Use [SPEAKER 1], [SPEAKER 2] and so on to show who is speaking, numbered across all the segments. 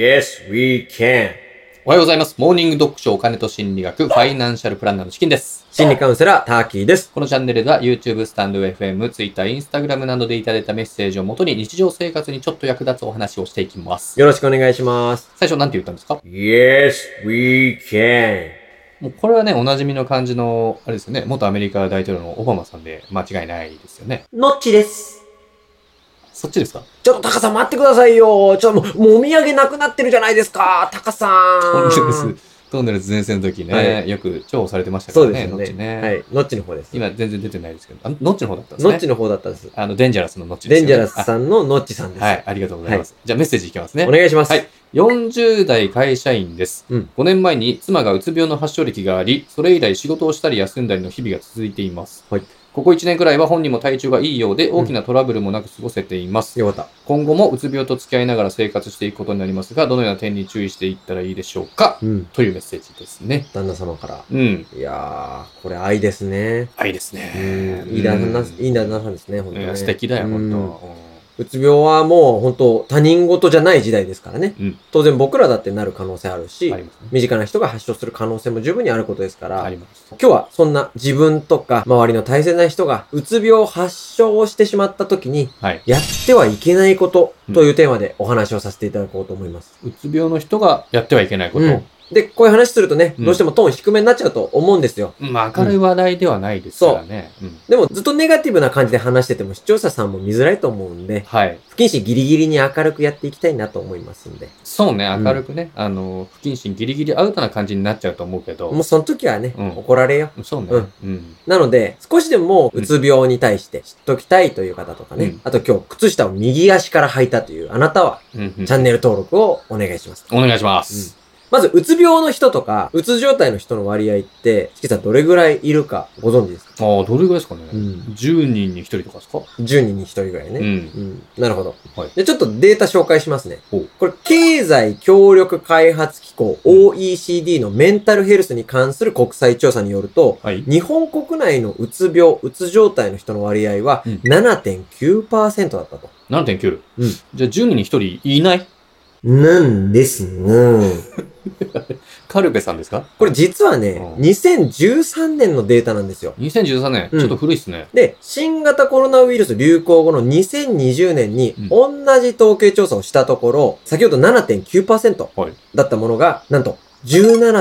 [SPEAKER 1] Yes, we can.
[SPEAKER 2] おはようございます。モーニング読書お金と心理学、ファイナンシャルプランナーのチキンです。
[SPEAKER 1] 心理カウンセラー、ターキーです。
[SPEAKER 2] このチャンネルでは YouTube、スタンド FM、Twitter、Instagram などでいただいたメッセージをもとに日常生活にちょっと役立つお話をしていきます。
[SPEAKER 1] よろしくお願いします。
[SPEAKER 2] 最初何て言ったんですか
[SPEAKER 1] Yes, we can.
[SPEAKER 2] もうこれはね、おなじみの感じの、あれですよね、元アメリカ大統領のオバマさんで間違いないですよね。
[SPEAKER 1] ノッチです。
[SPEAKER 2] そっちですか
[SPEAKER 1] ちょっとタカさん待ってくださいよ。ちょっともう、もみあげなくなってるじゃないですか。タカさ
[SPEAKER 2] トン
[SPEAKER 1] ん。
[SPEAKER 2] ネルズ、トンネルズ前線の時ね、
[SPEAKER 1] は
[SPEAKER 2] よく重宝されてましたか
[SPEAKER 1] そ
[SPEAKER 2] ら
[SPEAKER 1] うで
[SPEAKER 2] ね、
[SPEAKER 1] すよ
[SPEAKER 2] ノッチ
[SPEAKER 1] ね。
[SPEAKER 2] ね、
[SPEAKER 1] はい。ノッチの方です。
[SPEAKER 2] 今全然出てないですけど、あノッチの方だったんですね。
[SPEAKER 1] ノッチの方だったんです。
[SPEAKER 2] あの、デンジャラスのノッチです
[SPEAKER 1] デ
[SPEAKER 2] よ
[SPEAKER 1] ン
[SPEAKER 2] ね。
[SPEAKER 1] ジャラスさんのノッチさんです。
[SPEAKER 2] あはい、ありがとうございます。じゃあメッセージいきますね
[SPEAKER 1] お。願いします。
[SPEAKER 2] はい。40代会社員です。
[SPEAKER 1] うん
[SPEAKER 2] 5年前に妻がうつ病の発症歴があり、それ以来仕事をしたり休んだりの日々が続いています。
[SPEAKER 1] はい
[SPEAKER 2] ここ1年くらいは本人も体調がいいようで、大きなトラブルもなく過ごせています。
[SPEAKER 1] よかっ
[SPEAKER 2] 今後もうつ病と付き合いながら生活していくことになりますが、どのような点に注意していったらいいでしょうか
[SPEAKER 1] た。うん。
[SPEAKER 2] というメッセージですね。
[SPEAKER 1] 旦那様から。
[SPEAKER 2] うん。
[SPEAKER 1] いやー、これ愛ですね。
[SPEAKER 2] 愛ですね
[SPEAKER 1] う。んいい旦那、
[SPEAKER 2] うん
[SPEAKER 1] いい旦那さんですね、本当
[SPEAKER 2] い
[SPEAKER 1] ね。
[SPEAKER 2] や素敵だよ、
[SPEAKER 1] うん
[SPEAKER 2] 本当。
[SPEAKER 1] うつ病はもう本当他人事じゃない時代ですからね。
[SPEAKER 2] うん
[SPEAKER 1] 当然僕らだってなる可能性あるし、
[SPEAKER 2] ありますね。
[SPEAKER 1] 身近な人が発症する可能性も十分にあることですから、
[SPEAKER 2] あります。
[SPEAKER 1] 今日はそんな自分とか周りの大切な人がうつ病を発症をしてしまった時に
[SPEAKER 2] はい。
[SPEAKER 1] やってはいけないことというテーマでお話をさせていただこうと思います。
[SPEAKER 2] うつ病の人がやってはいけないこと。
[SPEAKER 1] うんで、こういう話するとね、
[SPEAKER 2] うん
[SPEAKER 1] どうしてもトーン低めになっちゃうと思うんですよ。
[SPEAKER 2] まあ、明るい話題ではないですからね。うん
[SPEAKER 1] でもずっとネガティブな感じで話してても視聴者さんも見づらいと思うんで、
[SPEAKER 2] はい。
[SPEAKER 1] 不謹慎ギリギリに明るくやっていきたいなと思いますんで。
[SPEAKER 2] そうね、
[SPEAKER 1] ん
[SPEAKER 2] 明るくね、あの、不謹慎ギリギリアウトな感じになっちゃうと思うけど
[SPEAKER 1] もう、その時はね、
[SPEAKER 2] うん
[SPEAKER 1] 怒られよ。
[SPEAKER 2] そうね、
[SPEAKER 1] う
[SPEAKER 2] うんん。
[SPEAKER 1] なので、少しでも
[SPEAKER 2] うん
[SPEAKER 1] うつ病に対して知っときたいという方とかね、
[SPEAKER 2] うん
[SPEAKER 1] あと今日靴下を右足から履いたというあなたは、
[SPEAKER 2] うんう
[SPEAKER 1] チ
[SPEAKER 2] ん
[SPEAKER 1] ャンネル登録をお願いします。
[SPEAKER 2] お願いします。
[SPEAKER 1] まず、うつ病の人とか、うつ状態の人の割合って、チキさんどれぐらいいるかご存知ですか
[SPEAKER 2] ああ、どれぐらいですかね、
[SPEAKER 1] ん。
[SPEAKER 2] ?10 人に1人とかですか、
[SPEAKER 1] 10人に1人ぐらいうね。
[SPEAKER 2] ん。
[SPEAKER 1] うん。なるほど。
[SPEAKER 2] はい
[SPEAKER 1] で、ちょっとデータ紹介しますね。
[SPEAKER 2] ほう
[SPEAKER 1] これ、経済協力開発機構、
[SPEAKER 2] うん
[SPEAKER 1] OECD のメンタルヘルスに関する国際調査によると、
[SPEAKER 2] はい。
[SPEAKER 1] 日本国内のうつ病、うつ状態の人の割合は
[SPEAKER 2] うん
[SPEAKER 1] 7.9%だったと。
[SPEAKER 2] 7.9。
[SPEAKER 1] うん
[SPEAKER 2] じゃあ10人に1人いない
[SPEAKER 1] なんですね。
[SPEAKER 2] カルベさんですか
[SPEAKER 1] これ実はね、
[SPEAKER 2] うん
[SPEAKER 1] 2013年のデータなんですよ。
[SPEAKER 2] ?2013 年、
[SPEAKER 1] うん
[SPEAKER 2] ちょっと古いっすね。
[SPEAKER 1] で、新型コロナウイルス流行後の2020年に
[SPEAKER 2] うん
[SPEAKER 1] 同じ統計調査をしたところ、先ほど
[SPEAKER 2] はい
[SPEAKER 1] 7.9%だったものが、なんと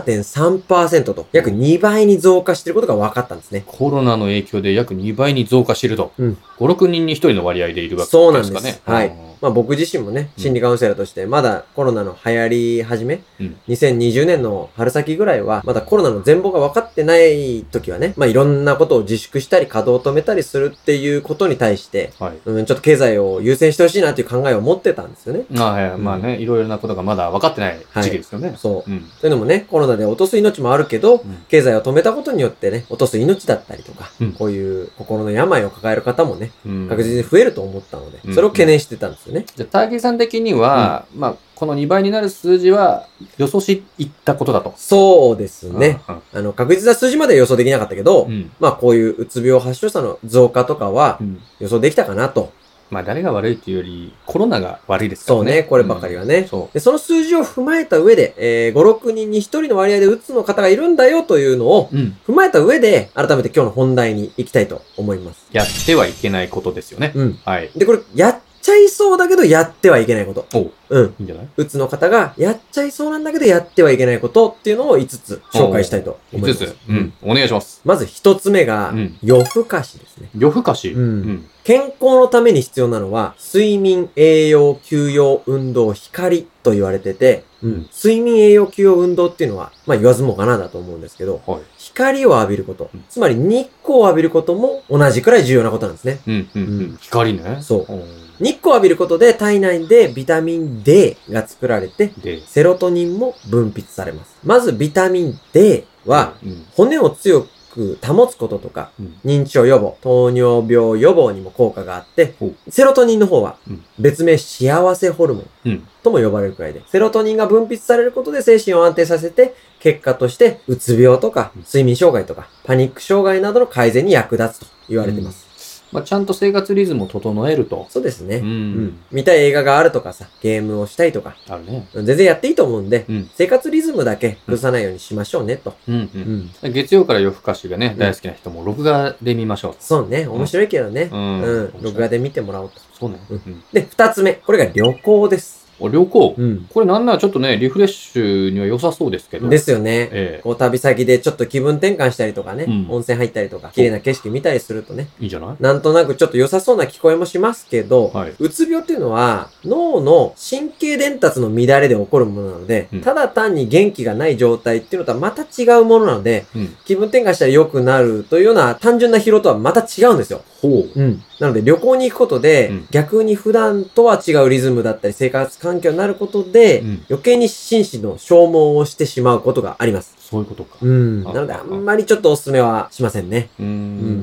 [SPEAKER 1] 17.3%と約2倍に増加していることが分かったんですね。
[SPEAKER 2] コロナの影響で約2倍に増加していると。
[SPEAKER 1] うん
[SPEAKER 2] 5、6人に1人の割合でいるわけですかね。
[SPEAKER 1] そうなんですはい
[SPEAKER 2] うん
[SPEAKER 1] まあ僕自身もね、
[SPEAKER 2] うん
[SPEAKER 1] 心理カウンセラーとして、まだコロナの流行り始め、
[SPEAKER 2] うん
[SPEAKER 1] 2020年の春先ぐらいは、まだコロナの全貌が分かってない時はね、まあいろんなことを自粛したり、稼働を止めたりするっていうことに対して、
[SPEAKER 2] はい。
[SPEAKER 1] うん、ちょっと経済を優先してほしいなっていう考えを持ってたんですよね。
[SPEAKER 2] まあ、はいまあね、いろいろなことがまだ分かってない時期ですよね。
[SPEAKER 1] そう。
[SPEAKER 2] うん。
[SPEAKER 1] というのもね、コロナで落とす命もあるけど、
[SPEAKER 2] うん
[SPEAKER 1] 経済を止めたことによってね、落とす命だったりとか、
[SPEAKER 2] うん
[SPEAKER 1] こういう心の病を抱える方もね、
[SPEAKER 2] うん
[SPEAKER 1] 確実に増えると思ったので、
[SPEAKER 2] うん
[SPEAKER 1] それを懸念してたんですよね。
[SPEAKER 2] じゃあ、ターゲさん的には、まあ、この2倍になる数字は予想しいったことだと。
[SPEAKER 1] そうですね。。あの、確実な数字までは予想できなかったけど、
[SPEAKER 2] うん。
[SPEAKER 1] まあこういううつ病発症者の増加とかは
[SPEAKER 2] うん。
[SPEAKER 1] 予想できたかなと。
[SPEAKER 2] まあ、誰が悪いっていうより、コロナが悪いですから
[SPEAKER 1] そ
[SPEAKER 2] ね。
[SPEAKER 1] うね、こればかりは
[SPEAKER 2] うん
[SPEAKER 1] ね。
[SPEAKER 2] そ
[SPEAKER 1] で、その数字を踏まえた上で、えー、5、6人に1人の割合でうつの方がいるんだよというのを
[SPEAKER 2] う。うん。
[SPEAKER 1] 踏まえた上で、改めて今日の本題に行きたいと思います。
[SPEAKER 2] やってはいけないことですよね。
[SPEAKER 1] うん。
[SPEAKER 2] はい。
[SPEAKER 1] で、これ、やっちゃいそうだけどやってはいけないこと。
[SPEAKER 2] おい
[SPEAKER 1] うん。
[SPEAKER 2] いんじゃないう
[SPEAKER 1] つの方が、やっちゃいそうなんだけどやってはいけないことっていうのを5つ紹介したいと思い
[SPEAKER 2] ?5
[SPEAKER 1] ます。
[SPEAKER 2] つ。うん。お願いします。
[SPEAKER 1] まず1つ目が
[SPEAKER 2] うん、
[SPEAKER 1] 夜更かしですね。
[SPEAKER 2] 夜更かし。
[SPEAKER 1] うん
[SPEAKER 2] ん。
[SPEAKER 1] 健康のために必要なのは、睡眠、栄養、休養、運動、光と言われてて、
[SPEAKER 2] うん
[SPEAKER 1] 睡眠、栄養、休養、運動っていうのは、まあ言わずもがなだと思うんですけど、
[SPEAKER 2] はい。
[SPEAKER 1] 光を浴びること
[SPEAKER 2] うん、
[SPEAKER 1] つまり日光を浴びることも同じくらい重要なことなんですね。
[SPEAKER 2] うん。うん。
[SPEAKER 1] う
[SPEAKER 2] うんん。光ね。
[SPEAKER 1] そう
[SPEAKER 2] うん。
[SPEAKER 1] 日光を浴びることで体内でビタミン D が作られて、
[SPEAKER 2] で、
[SPEAKER 1] セロトニンも分泌されます。まずビタミン D は、
[SPEAKER 2] うん、
[SPEAKER 1] 骨を強く保つこととか、
[SPEAKER 2] うん。
[SPEAKER 1] 認知症予防、糖尿病予防にも効果があって
[SPEAKER 2] ほう、
[SPEAKER 1] セロトニンの方は
[SPEAKER 2] うん、
[SPEAKER 1] 別名幸せホルモン
[SPEAKER 2] うん。
[SPEAKER 1] とも呼ばれるくらいで、セロトニンが分泌されることで精神を安定させて、結果として、うつ病とか
[SPEAKER 2] うん、
[SPEAKER 1] 睡眠障害とか、パニック障害などの改善に役立つと言われてます。
[SPEAKER 2] まあ、ちゃんと生活リズムを整えると。
[SPEAKER 1] そうですね。
[SPEAKER 2] う
[SPEAKER 1] うんん。。見たい映画があるとかさ、ゲームをしたいとか、
[SPEAKER 2] あるね。
[SPEAKER 1] 全然やっていいと思うんで、
[SPEAKER 2] うん
[SPEAKER 1] 生活リズムだけ崩さないようにしましょうね、と。
[SPEAKER 2] うん
[SPEAKER 1] う
[SPEAKER 2] うん
[SPEAKER 1] ん。
[SPEAKER 2] で月曜から夜更かしがね、
[SPEAKER 1] ん
[SPEAKER 2] 大好きな人も録画で見ましょう。
[SPEAKER 1] そうね、面白いけどね。
[SPEAKER 2] う
[SPEAKER 1] うんん。
[SPEAKER 2] うん
[SPEAKER 1] 録画で見てもらおうと。
[SPEAKER 2] そうね。う。
[SPEAKER 1] うんで、二つ目。これが旅行です。
[SPEAKER 2] お旅行。
[SPEAKER 1] うん。
[SPEAKER 2] これなんならちょっとね、リフレッシュには良さそうですけど。
[SPEAKER 1] ですよね。
[SPEAKER 2] え
[SPEAKER 1] こう旅先でちょっと気分転換したりとかね、
[SPEAKER 2] うん
[SPEAKER 1] 温泉入ったりとか、綺麗な景色見たりするとね、
[SPEAKER 2] えいいじゃない
[SPEAKER 1] なんとなくちょっと良さそうな聞こえもしますけど、
[SPEAKER 2] はいう
[SPEAKER 1] つ病っていうのは脳の神経伝達の乱れで起こるものなので、
[SPEAKER 2] うん
[SPEAKER 1] ただ単に元気がない状態っていうのとはまた違うものなので、
[SPEAKER 2] うん
[SPEAKER 1] 気分転換したら良くなるというような単純な疲労とはまた違うんですよ。
[SPEAKER 2] ほう。
[SPEAKER 1] うん。なので旅行に行くことで、
[SPEAKER 2] うん
[SPEAKER 1] 逆に普段とは違うリズムだったり生活環境になることで、
[SPEAKER 2] うん
[SPEAKER 1] 余計に心身の消耗をしてしまうことがあります。
[SPEAKER 2] そういうことか。
[SPEAKER 1] うん。
[SPEAKER 2] あ
[SPEAKER 1] なので、あんまりちょっとおすすめはしませんね。
[SPEAKER 2] う
[SPEAKER 1] うん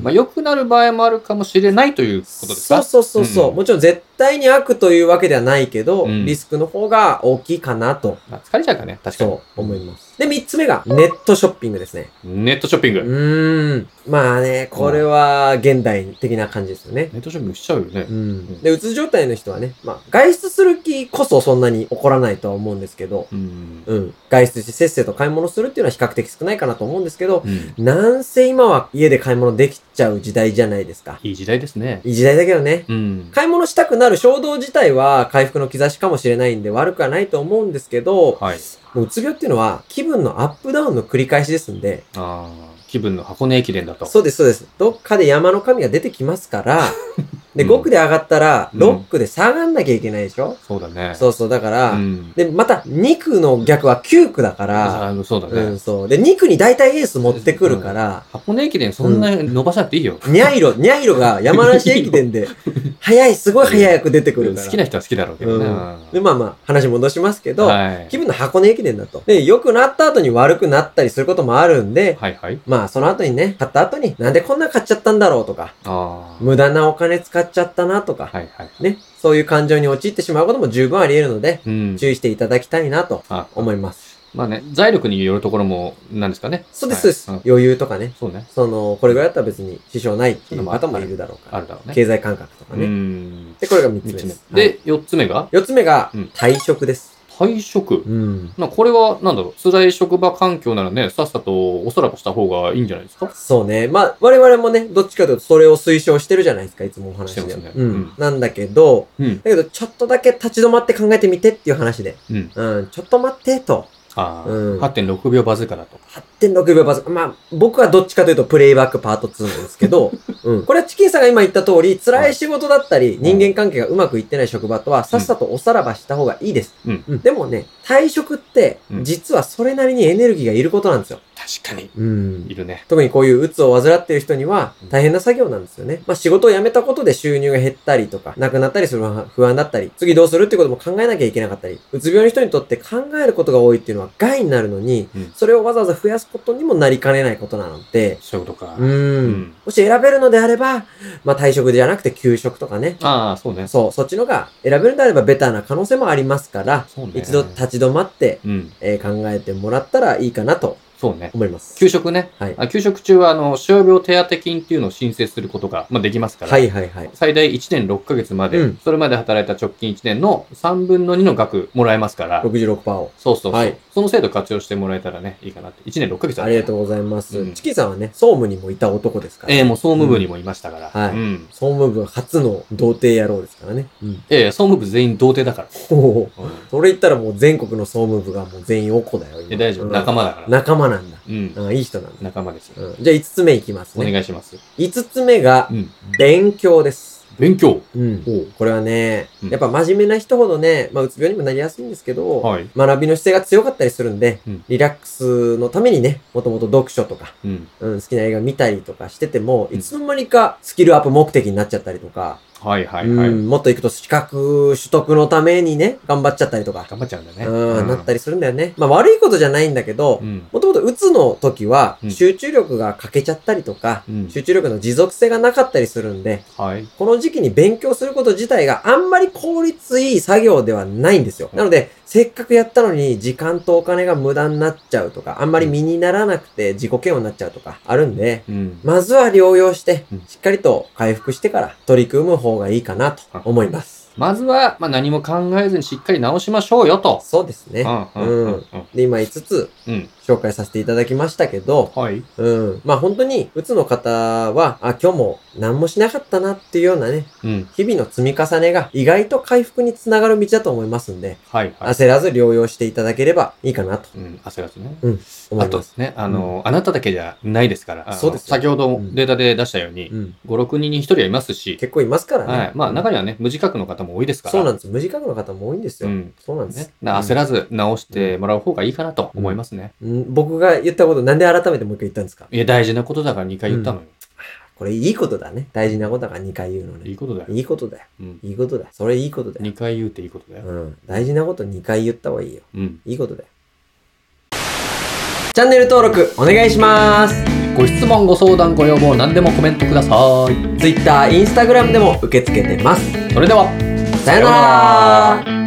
[SPEAKER 1] ん
[SPEAKER 2] まあ、良くなる場合もあるかもしれないということです
[SPEAKER 1] そう
[SPEAKER 2] か
[SPEAKER 1] そうそうそう、
[SPEAKER 2] うん
[SPEAKER 1] もちろん絶対に悪というわけではないけど、
[SPEAKER 2] うん
[SPEAKER 1] リスクの方が大きいかなと、
[SPEAKER 2] まあ疲れちゃうからね、確かに
[SPEAKER 1] そ。う思います。で、三つ目が、ネットショッピングですね。
[SPEAKER 2] ネットショッピン
[SPEAKER 1] う
[SPEAKER 2] グ。
[SPEAKER 1] ーん。まあね、これは現代的な感じですよね。
[SPEAKER 2] ネットショッピングしちゃうよね
[SPEAKER 1] う。ん。で、うつ状態の人はね、まあ、外出する気こそそんなに起こらないとは思うんですけど、
[SPEAKER 2] うん。
[SPEAKER 1] うん。外出してせっせと買い物するっていうのは比較的少ないかなと思うんですけど、
[SPEAKER 2] うん
[SPEAKER 1] なんせ今は家で買い物できちゃう時代じゃないですか。
[SPEAKER 2] いい時代ですね。
[SPEAKER 1] いい時代だけどね。
[SPEAKER 2] うん。
[SPEAKER 1] 買い物したくなる衝動自体は回復の兆しかもしれないんで悪くはないと思うんですけど、
[SPEAKER 2] はい。
[SPEAKER 1] もううつ病っていうのは気分のアップダウンの繰り返しですんで、
[SPEAKER 2] あー気分の箱根駅伝だと。
[SPEAKER 1] そうですそうです。どっかで山の神が出てきます から、で、
[SPEAKER 2] うん
[SPEAKER 1] 5区で上がったら、
[SPEAKER 2] うん
[SPEAKER 1] 6区で下がんなきゃいけないでしょ、
[SPEAKER 2] そうだね。
[SPEAKER 1] そうそう、だから、
[SPEAKER 2] うん
[SPEAKER 1] で、また2区の逆は9区だから、
[SPEAKER 2] あのそうだ
[SPEAKER 1] う
[SPEAKER 2] ね
[SPEAKER 1] ん、。そう。で、2区に大体エース持ってくるから、
[SPEAKER 2] 箱根駅伝そんな伸ばしなくていいよ。
[SPEAKER 1] ニャイロ、ニャイロが山梨駅伝 で、早い、すごい早く出てくるから。
[SPEAKER 2] 好きな人は好きだろうけどね。
[SPEAKER 1] うんで、まあまあ、話戻しますけど、
[SPEAKER 2] はい
[SPEAKER 1] 気分の箱根駅伝だと。で、良くなった後に悪くなったりすることもあるんで、
[SPEAKER 2] はいはい。
[SPEAKER 1] まあ、その後にね、買った後に、なんでこんな買っちゃったんだろうとか、
[SPEAKER 2] ああ。
[SPEAKER 1] 無駄なお金使っちゃったなとか、
[SPEAKER 2] はいはい。
[SPEAKER 1] ね、そういう感情に陥ってしまうことも十分あり得るので、
[SPEAKER 2] うん。
[SPEAKER 1] 注意していただきたいなと
[SPEAKER 2] あ
[SPEAKER 1] 思います。
[SPEAKER 2] まあね、財力によるところも、なんですかね。
[SPEAKER 1] そうです、そうです。
[SPEAKER 2] はいうん
[SPEAKER 1] 余裕とかね、
[SPEAKER 2] そうね。
[SPEAKER 1] その、これぐらいだったら別に支障ないっていう方もいるだろうか
[SPEAKER 2] あ
[SPEAKER 1] ら、
[SPEAKER 2] るだろうね。
[SPEAKER 1] 経済感覚とか
[SPEAKER 2] う
[SPEAKER 1] ね。
[SPEAKER 2] ん。
[SPEAKER 1] で、これが3つ目
[SPEAKER 2] 三
[SPEAKER 1] で
[SPEAKER 2] つ目
[SPEAKER 1] す。はい、
[SPEAKER 2] で、四つ目が、
[SPEAKER 1] 4つ目が
[SPEAKER 2] うん、
[SPEAKER 1] 退職です。
[SPEAKER 2] 退職。
[SPEAKER 1] うん
[SPEAKER 2] まあ、これは、なんだろう、辛い職場環境ならね、さっさとおさらばした方がいいんじゃないですか
[SPEAKER 1] そうね。まあ、我々もね、どっちかというとそれを推奨してるじゃないですか、いつもお話で。
[SPEAKER 2] してますね
[SPEAKER 1] うん、
[SPEAKER 2] うん
[SPEAKER 1] なんだけど、
[SPEAKER 2] うん。
[SPEAKER 1] だけど、ちょっとだけ立ち止まって考えてみてっていう話で。
[SPEAKER 2] うん。
[SPEAKER 1] うん、ちょっと待って、と。
[SPEAKER 2] ああ、
[SPEAKER 1] うん
[SPEAKER 2] 8.6秒バズーカだと。
[SPEAKER 1] 8.6秒バズ。まあ、僕はどっちかというとプレイバックパート2なんですけ ど、うん。これはチキンさんが今言った通り、辛い仕事だったり、人間関係がうまくいってない職場とは、さっさとおさらばした方がいいです。
[SPEAKER 2] うん
[SPEAKER 1] でもね、退職って
[SPEAKER 2] う、ん
[SPEAKER 1] 実はそれなりにエネルギーがいることなんですよ。
[SPEAKER 2] 確かに。
[SPEAKER 1] うん
[SPEAKER 2] いるね。
[SPEAKER 1] 特にこういう鬱を患っている人には
[SPEAKER 2] うん
[SPEAKER 1] 大変な作業なんですよね。まあ仕事を辞めたことで収入が減ったりとか、なくなったりするのは不安だったり、次どうするってことも考えなきゃいけなかったり、うつ病の人にとって考えることが多いっていうのは害になるのに、
[SPEAKER 2] うん
[SPEAKER 1] それをわざわざ増やすことにもなりかねないことなので、
[SPEAKER 2] そういうことか。
[SPEAKER 1] うーん。
[SPEAKER 2] うん
[SPEAKER 1] もし選べるのであれば、まあ退職じゃなくて休職とかね。
[SPEAKER 2] ああ、そうね。
[SPEAKER 1] そう、そっちのが選べるのであればベターな可能性もありますから、
[SPEAKER 2] そうね。
[SPEAKER 1] 一度立ち止まって、
[SPEAKER 2] うん。
[SPEAKER 1] えー考えてもらったらいいかなと
[SPEAKER 2] そうね。
[SPEAKER 1] 思います。
[SPEAKER 2] 給食ね。
[SPEAKER 1] はい
[SPEAKER 2] あ給食中は、あの、傷病手当金っていうのを申請することが、まあ、できますから。
[SPEAKER 1] はいはいはい。
[SPEAKER 2] 最大1年6ヶ月まで、
[SPEAKER 1] うん
[SPEAKER 2] それまで働いた直近1年の3分の2の額もらえますから、
[SPEAKER 1] 66%を。
[SPEAKER 2] そうそうそう、
[SPEAKER 1] はい
[SPEAKER 2] その制度活用してもらえたらね、いいかなって。1年6ヶ月
[SPEAKER 1] ありがとう
[SPEAKER 2] う。
[SPEAKER 1] ございます。
[SPEAKER 2] うん
[SPEAKER 1] チキさんはね、総務にもいた男ですから、
[SPEAKER 2] ええもう総務部にもいましたから。
[SPEAKER 1] うんはい
[SPEAKER 2] うん
[SPEAKER 1] 総務部初の童貞野郎ですからね。うん。
[SPEAKER 2] ええ総務部全員童貞だか
[SPEAKER 1] おお。
[SPEAKER 2] ら。うん
[SPEAKER 1] それ言ったらもう全国の総務部がもう全員おこだよ、
[SPEAKER 2] え
[SPEAKER 1] 今。
[SPEAKER 2] 大丈夫。
[SPEAKER 1] うん
[SPEAKER 2] 仲間だから。
[SPEAKER 1] 仲間なんだ。
[SPEAKER 2] うん。
[SPEAKER 1] あいい人なんだ。
[SPEAKER 2] 仲間ですよ。
[SPEAKER 1] うん、じゃあ5つ目いきます
[SPEAKER 2] お
[SPEAKER 1] ね。
[SPEAKER 2] 願いします。
[SPEAKER 1] 5つ目が
[SPEAKER 2] う、ん。
[SPEAKER 1] 勉強です。
[SPEAKER 2] 勉強。
[SPEAKER 1] うん。
[SPEAKER 2] お
[SPEAKER 1] これはね
[SPEAKER 2] うん、
[SPEAKER 1] やっぱ真面目な人ほどね、まあ、うつ病にもなりやすいんですけど、
[SPEAKER 2] はい。
[SPEAKER 1] 学びの姿勢が強かったりするんで、
[SPEAKER 2] うん
[SPEAKER 1] リラックスのためにね、もともと読書とか、
[SPEAKER 2] うん。
[SPEAKER 1] うん、好きな映画見たりとかしてても、
[SPEAKER 2] うん
[SPEAKER 1] いつの間にかスキルアップ目的になっちゃったりとか、
[SPEAKER 2] はいはいはい。
[SPEAKER 1] うんもっと行くと資格取得のためにね、頑張っちゃったりとか、
[SPEAKER 2] 頑張っちゃうんだね。
[SPEAKER 1] うん、なった
[SPEAKER 2] り。
[SPEAKER 1] りするんだよね。まあ悪いことじゃないんだけど
[SPEAKER 2] う、ん。
[SPEAKER 1] もともと鬱の時は
[SPEAKER 2] うん
[SPEAKER 1] 集中力が欠けちゃったりとか、
[SPEAKER 2] うん。
[SPEAKER 1] 集中力の持続性がなかったりするんで、
[SPEAKER 2] はい。
[SPEAKER 1] この時期に勉強すること自体があんまり効率いい作業ではないんですよ。
[SPEAKER 2] うん
[SPEAKER 1] なので、せっかくやったのに時間とお金が無駄になっちゃうとか、あんまり身にならなくて自己嫌悪になっちゃうとかあるんで、
[SPEAKER 2] うん。
[SPEAKER 1] まずは療養して
[SPEAKER 2] うん、
[SPEAKER 1] しっかりと回復してから取り組む方がいいかなと思います。
[SPEAKER 2] まずは、まあ、何も考えずにしっかり直しましょうよと。
[SPEAKER 1] そうです
[SPEAKER 2] う
[SPEAKER 1] ね。
[SPEAKER 2] ん。うん。うん。
[SPEAKER 1] で、今5つ
[SPEAKER 2] うん。
[SPEAKER 1] 紹介させていただきましたけど、
[SPEAKER 2] はい。
[SPEAKER 1] うん。まあ本当に、うつの方は、あ、今日も何もしなかったなっていうようなね、
[SPEAKER 2] うん。
[SPEAKER 1] 日々の積み重ねが意外と回復につながる道だと思いますんで、
[SPEAKER 2] はいはい。
[SPEAKER 1] 焦らず療養していただければいいかなと
[SPEAKER 2] うん。焦らずね。
[SPEAKER 1] 思
[SPEAKER 2] あ
[SPEAKER 1] い
[SPEAKER 2] と
[SPEAKER 1] ま。
[SPEAKER 2] ですすね、あの、あなただけじゃないですから、あの
[SPEAKER 1] そうですよ
[SPEAKER 2] 先ほども
[SPEAKER 1] うん
[SPEAKER 2] データで出したように、
[SPEAKER 1] うん。
[SPEAKER 2] 5、6人に1人はいますし、
[SPEAKER 1] 結構いますからね。
[SPEAKER 2] はい。まあ、中
[SPEAKER 1] に
[SPEAKER 2] にはね、無自覚の方も多いですから。
[SPEAKER 1] そうなん
[SPEAKER 2] で
[SPEAKER 1] です。無自覚の方も多いんですよ。
[SPEAKER 2] うん。
[SPEAKER 1] そうなんです
[SPEAKER 2] ね、。な焦
[SPEAKER 1] ら、
[SPEAKER 2] らず直してもらう方がいいかなと思いますね。
[SPEAKER 1] うん、僕が言ったこと、なんで改めてもう一回言ったんですか
[SPEAKER 2] いや、大事なことだから2回言ったのよ。
[SPEAKER 1] これいいことだね。大事なことだから2回言うの
[SPEAKER 2] い
[SPEAKER 1] ね。
[SPEAKER 2] いことだよ。
[SPEAKER 1] いいことだよ。
[SPEAKER 2] うん。
[SPEAKER 1] いいことだよ。それいいことだよ。
[SPEAKER 2] 2回言うっていいことだよ。
[SPEAKER 1] うん。大事なこと2回言った方がいいよ。
[SPEAKER 2] うん。
[SPEAKER 1] いいことだよ。チャンネル登録お願いします。
[SPEAKER 2] ご質問、ご相談、ご要望、何でもコメントください。
[SPEAKER 1] Twitter、Instagram でも受け付けてます。
[SPEAKER 2] それでは、
[SPEAKER 1] さよなら